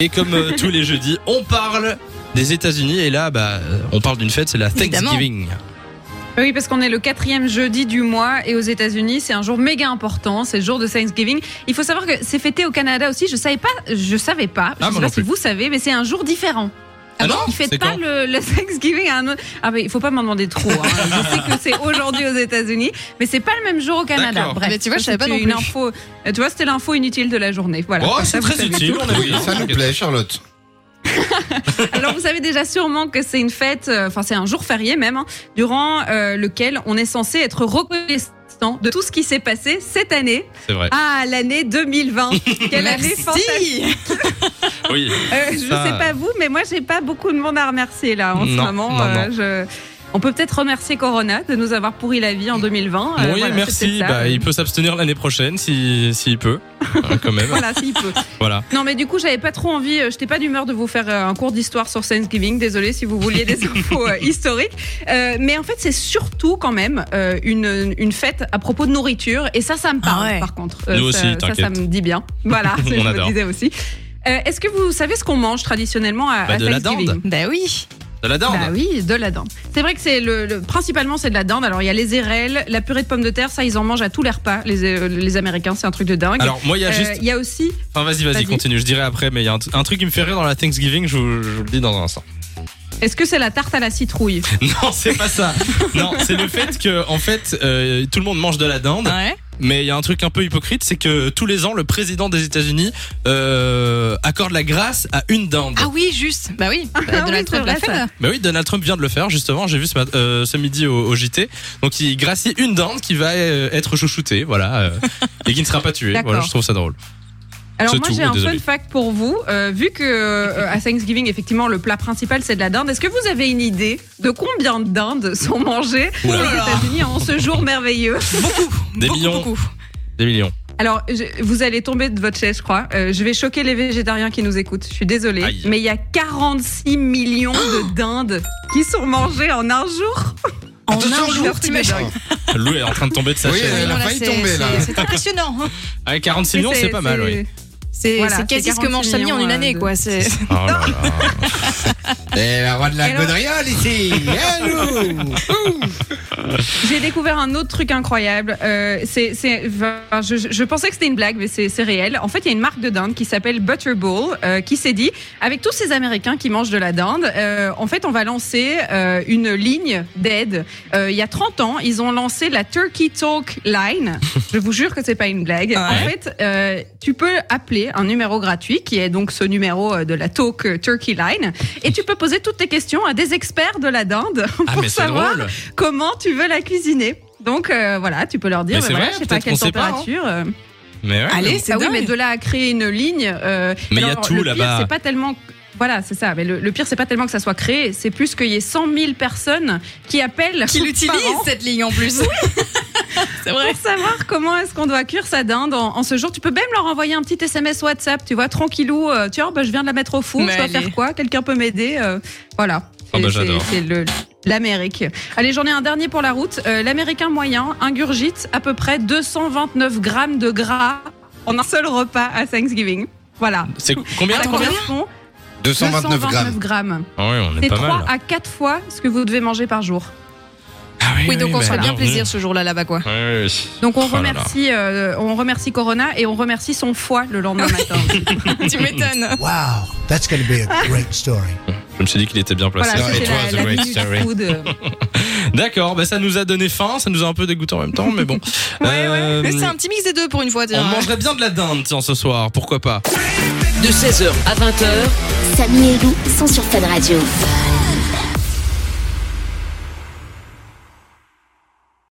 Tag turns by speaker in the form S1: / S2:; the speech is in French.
S1: Et comme euh, tous les jeudis, on parle des États-Unis et là, bah, euh, on parle d'une fête, c'est la
S2: Évidemment.
S1: Thanksgiving.
S3: Oui, parce qu'on est le quatrième jeudi du mois et aux États-Unis, c'est un jour méga important, c'est le jour de Thanksgiving. Il faut savoir que c'est fêté au Canada aussi. Je savais pas, je savais
S1: Ah,
S3: pas. je
S1: moi
S3: sais
S1: non
S3: pas si
S1: plus.
S3: vous savez, mais c'est un jour différent.
S1: Ah bon
S3: Ils fêtent
S1: C'est
S3: pas
S1: quand
S3: le, le Thanksgiving à un autre. Ah mais il faut pas m'en demander trop. hein. je sais que c'est aujourd'hui aux États-Unis, mais c'est pas le même jour au Canada.
S1: D'accord.
S3: Bref,
S2: Ah, Mais tu vois, je
S3: ça,
S2: savais pas
S3: c'était
S2: non
S3: une
S2: plus.
S3: info. euh, Tu vois, c'était l'info inutile de la journée. Voilà.
S1: Oh,
S3: Comme
S1: c'est
S3: ça, vous
S1: très
S3: savez
S1: utile,
S3: tout.
S1: on a
S4: Oui,
S1: vu. hein.
S4: ça nous plaît, Charlotte.
S3: Alors vous savez déjà sûrement que c'est une fête, euh, enfin c'est un jour férié même, hein, durant euh, lequel on est censé être reconnaissant de tout ce qui s'est passé cette année.
S1: C'est vrai.
S3: Ah, l'année 2020. Quelle année fantastique.
S1: Oui.
S3: Euh, je sais
S1: Ça-
S3: pas vous, mais moi j'ai pas beaucoup de monde à remercier là en ce
S1: Non,
S3: moment.
S1: non, non.
S3: euh, je- On peut peut-être remercier Corona de nous avoir pourri la vie en 2020. Euh,
S1: Bon, oui,
S3: voilà, c'est
S1: merci.
S3: peut-être ça.
S1: Bah, il peut s'abstenir l'année prochaine si s'il peut, Voilà, quand même.
S3: Voilà, s'il peut.
S1: Voilà.
S3: Non, mais du coup, j'avais pas trop envie, euh, j'étais pas d'humeur de vous faire euh, un cours d'histoire sur Thanksgiving. Désolée si vous vouliez des infos euh, historiques. Euh, mais en fait, c'est surtout quand même euh, une, une fête à propos de nourriture. Et ça, ça me parle
S2: Ah ouais.
S3: par contre. Euh,
S1: Nous
S3: ça,
S1: aussi,
S3: ça,
S1: t'inquiète.
S3: ça me dit bien. Voilà, c'est ce que je
S1: On adore.
S3: me disais aussi. Euh, Est-ce que vous savez ce qu'on mange traditionnellement à,
S1: Bah,
S3: à
S1: de la dinde.
S3: Thanksgiving
S2: Bah oui.
S1: De la dinde.
S3: Bah oui, de la dinde. C'est vrai que c'est le, le- principalement c'est de la dinde. Alors il y a les érelles, la purée de pommes de terre, ça ils en mangent à tous les repas. Les, euh, les Américains, c'est un truc de dingue.
S1: Alors moi, il y a
S3: Euh,
S1: juste.
S3: il y a aussi
S1: Enfin, vas-y, vas-y,
S3: vas-y.
S1: continue. Je dirai après, mais il y a un, t- un truc qui me fait rire dans la Thanksgiving. Je vous, je vous le dis dans un instant.
S3: Est-ce que c'est la tarte à la citrouille
S1: Non, c'est pas ça. non, c'est le fait que, en fait, euh, tout le monde mange de la dinde.
S2: Ouais.
S1: Mais il y a un truc un peu hypocrite, c'est que tous les ans, le président des États-Unis euh, accorde la grâce à une dinde.
S2: Ah oui, juste. Bah oui. Bah,
S3: Ah oui,
S2: Donald
S3: c'est
S2: Trump l'a
S3: vrai,
S2: fait.
S3: ça.
S2: là.
S1: Bah oui, Donald Trump vient de le faire justement. J'ai vu ce, mat- euh, ce midi au, au JT. Donc il gracie une dinde qui va euh, être chouchoutée, voilà, euh, et qui ne sera pas tuée.
S3: D'accord.
S1: Voilà, je trouve ça drôle.
S3: Alors
S1: C'est
S3: moi
S1: tout,
S3: j'ai un
S1: désolé.
S3: fun fact pour vous. Euh, vu que euh, à Thanksgiving effectivement le plat principal c'est de la dinde, est-ce que vous avez une idée de combien de dindes sont mangées aux
S1: Oula.
S3: États-Unis en ce jour merveilleux
S1: Des
S2: Beaucoup,
S1: millions.
S2: beaucoup.
S1: Des millions.
S3: Alors je- vous allez tomber de votre chaise je crois. Euh, je vais choquer les végétariens qui nous écoutent. Je suis désolée,
S1: Aïe.
S3: mais il y a 46 millions de dindes qui sont mangées en un jour.
S2: En
S4: Attention,
S2: un jour,
S3: Lourdes,
S2: t'imagines.
S4: Lourdes.
S1: Lou est en train de tomber de sa
S4: Oui,
S1: chaise.
S4: elle
S2: Non,
S4: a
S2: là,
S4: failli
S2: c'est-
S4: tomber, là.
S2: c'est- C'est impressionnant. hein.
S1: Avec 46 millions, c'est pas mal, oui.
S2: C'est
S3: Voilà,
S2: c'est quasi ce
S3: c'est
S2: que mange
S3: 46
S2: Samy en une
S3: millions,
S2: année,
S3: euh,
S2: quoi. C'est
S1: Oh là là.
S4: Et Eh, la roi de la
S3: Alors-
S4: gaudriole ici. Eh, Allô.
S3: J'ai découvert un autre truc incroyable. Euh, c'est, c'est- enfin, je, je pensais que c'était une blague, mais c'est, c'est réel. En fait, il y a une marque de dinde qui s'appelle Butter Bowl euh, qui s'est dit, avec tous ces Américains qui mangent de la dinde, euh, en fait, on va lancer euh, une ligne d'aide. Euh, il y a 30 ans, ils ont lancé la Turkey Talk Line. Je vous jure que c'est pas une blague. En
S1: Ouais.
S3: fait, euh, tu peux appeler un numéro gratuit qui est donc ce numéro euh, de la Talk euh, Turkey Line et tu peux poser toutes tes questions à des experts de la dinde pour
S1: Ah, mais c'est
S3: savoir
S1: drôle.
S3: comment tu veux la cuisiner. Donc euh, voilà, tu peux leur dire,
S1: Mais
S3: bah
S1: c'est
S3: voilà,
S1: vrai,
S3: je sais pas à
S1: peut-être
S3: quelle
S1: qu'on sait pas, hein.
S3: température. euh.
S1: Mais ouais.
S2: Allez, c'est
S3: Ah oui, mais
S2: dingue.
S3: de là à créer une ligne. euh,
S1: Mais il y a
S3: alors,
S1: tout
S3: le pire,
S1: là-bas.
S3: C'est pas tellement. Voilà, c'est ça. Mais le, le pire, c'est pas tellement que ça soit créé, c'est plus qu'il y ait 100 000 personnes qui appellent.
S2: Qui
S3: par
S2: l'utilise,
S3: an
S2: cette ligne en plus. C'est vrai.
S3: Pour savoir comment est-ce qu'on doit cuire sa dinde en, en ce jour, tu peux même leur envoyer un petit SMS WhatsApp, tu vois, tranquillou. euh, Tiens, bah, je viens de la mettre au four,
S2: Mais
S3: je dois
S2: allez.
S3: faire quoi Quelqu'un peut m'aider Euh, Voilà.
S1: Ah bah,
S3: C'est-
S1: j'adore.
S3: C'est c'est le- l'Amérique. Allez, j'en ai un dernier pour la route. Euh, L'Américain moyen ingurgite à peu près 229 grammes de gras en un seul repas à Thanksgiving. Voilà.
S1: C'est combien
S3: Ça
S1: là, combien
S3: correspond
S4: 229 grammes.
S3: grammes.
S1: Ah ouais, on est
S3: C'est
S1: pas
S3: 3
S1: mal.
S3: à 4 fois ce que vous devez manger par jour.
S1: Ah
S2: Oui, donc on se
S1: bah,
S2: fait bien
S1: bienvenue.
S2: plaisir ce jour-là, là-bas, quoi.
S1: Ouais, ouais.
S3: Donc on
S1: Oh là là.
S3: remercie, euh, on remercie Corona et on remercie son foie le lendemain matin.
S2: Tu m'étonnes.
S5: Wow, that's going to be a great story.
S1: Je me suis dit qu'il était bien placé.
S3: voilà,
S4: it
S3: c'était
S4: was
S3: la,
S4: a
S3: la
S1: great
S3: minute
S1: story.
S3: food.
S1: D'accord, bah ça nous a donné faim, ça nous a un peu dégoûté en même temps, mais bon. Euh,
S2: Mais c'est un hein. petit mix des deux pour une fois,
S1: on
S2: tiens.
S1: mangerait bien de la dinde tiens, ce soir, pourquoi pas
S6: De 16h à 20h,
S7: Samy et Lou sont sur Fun Radio.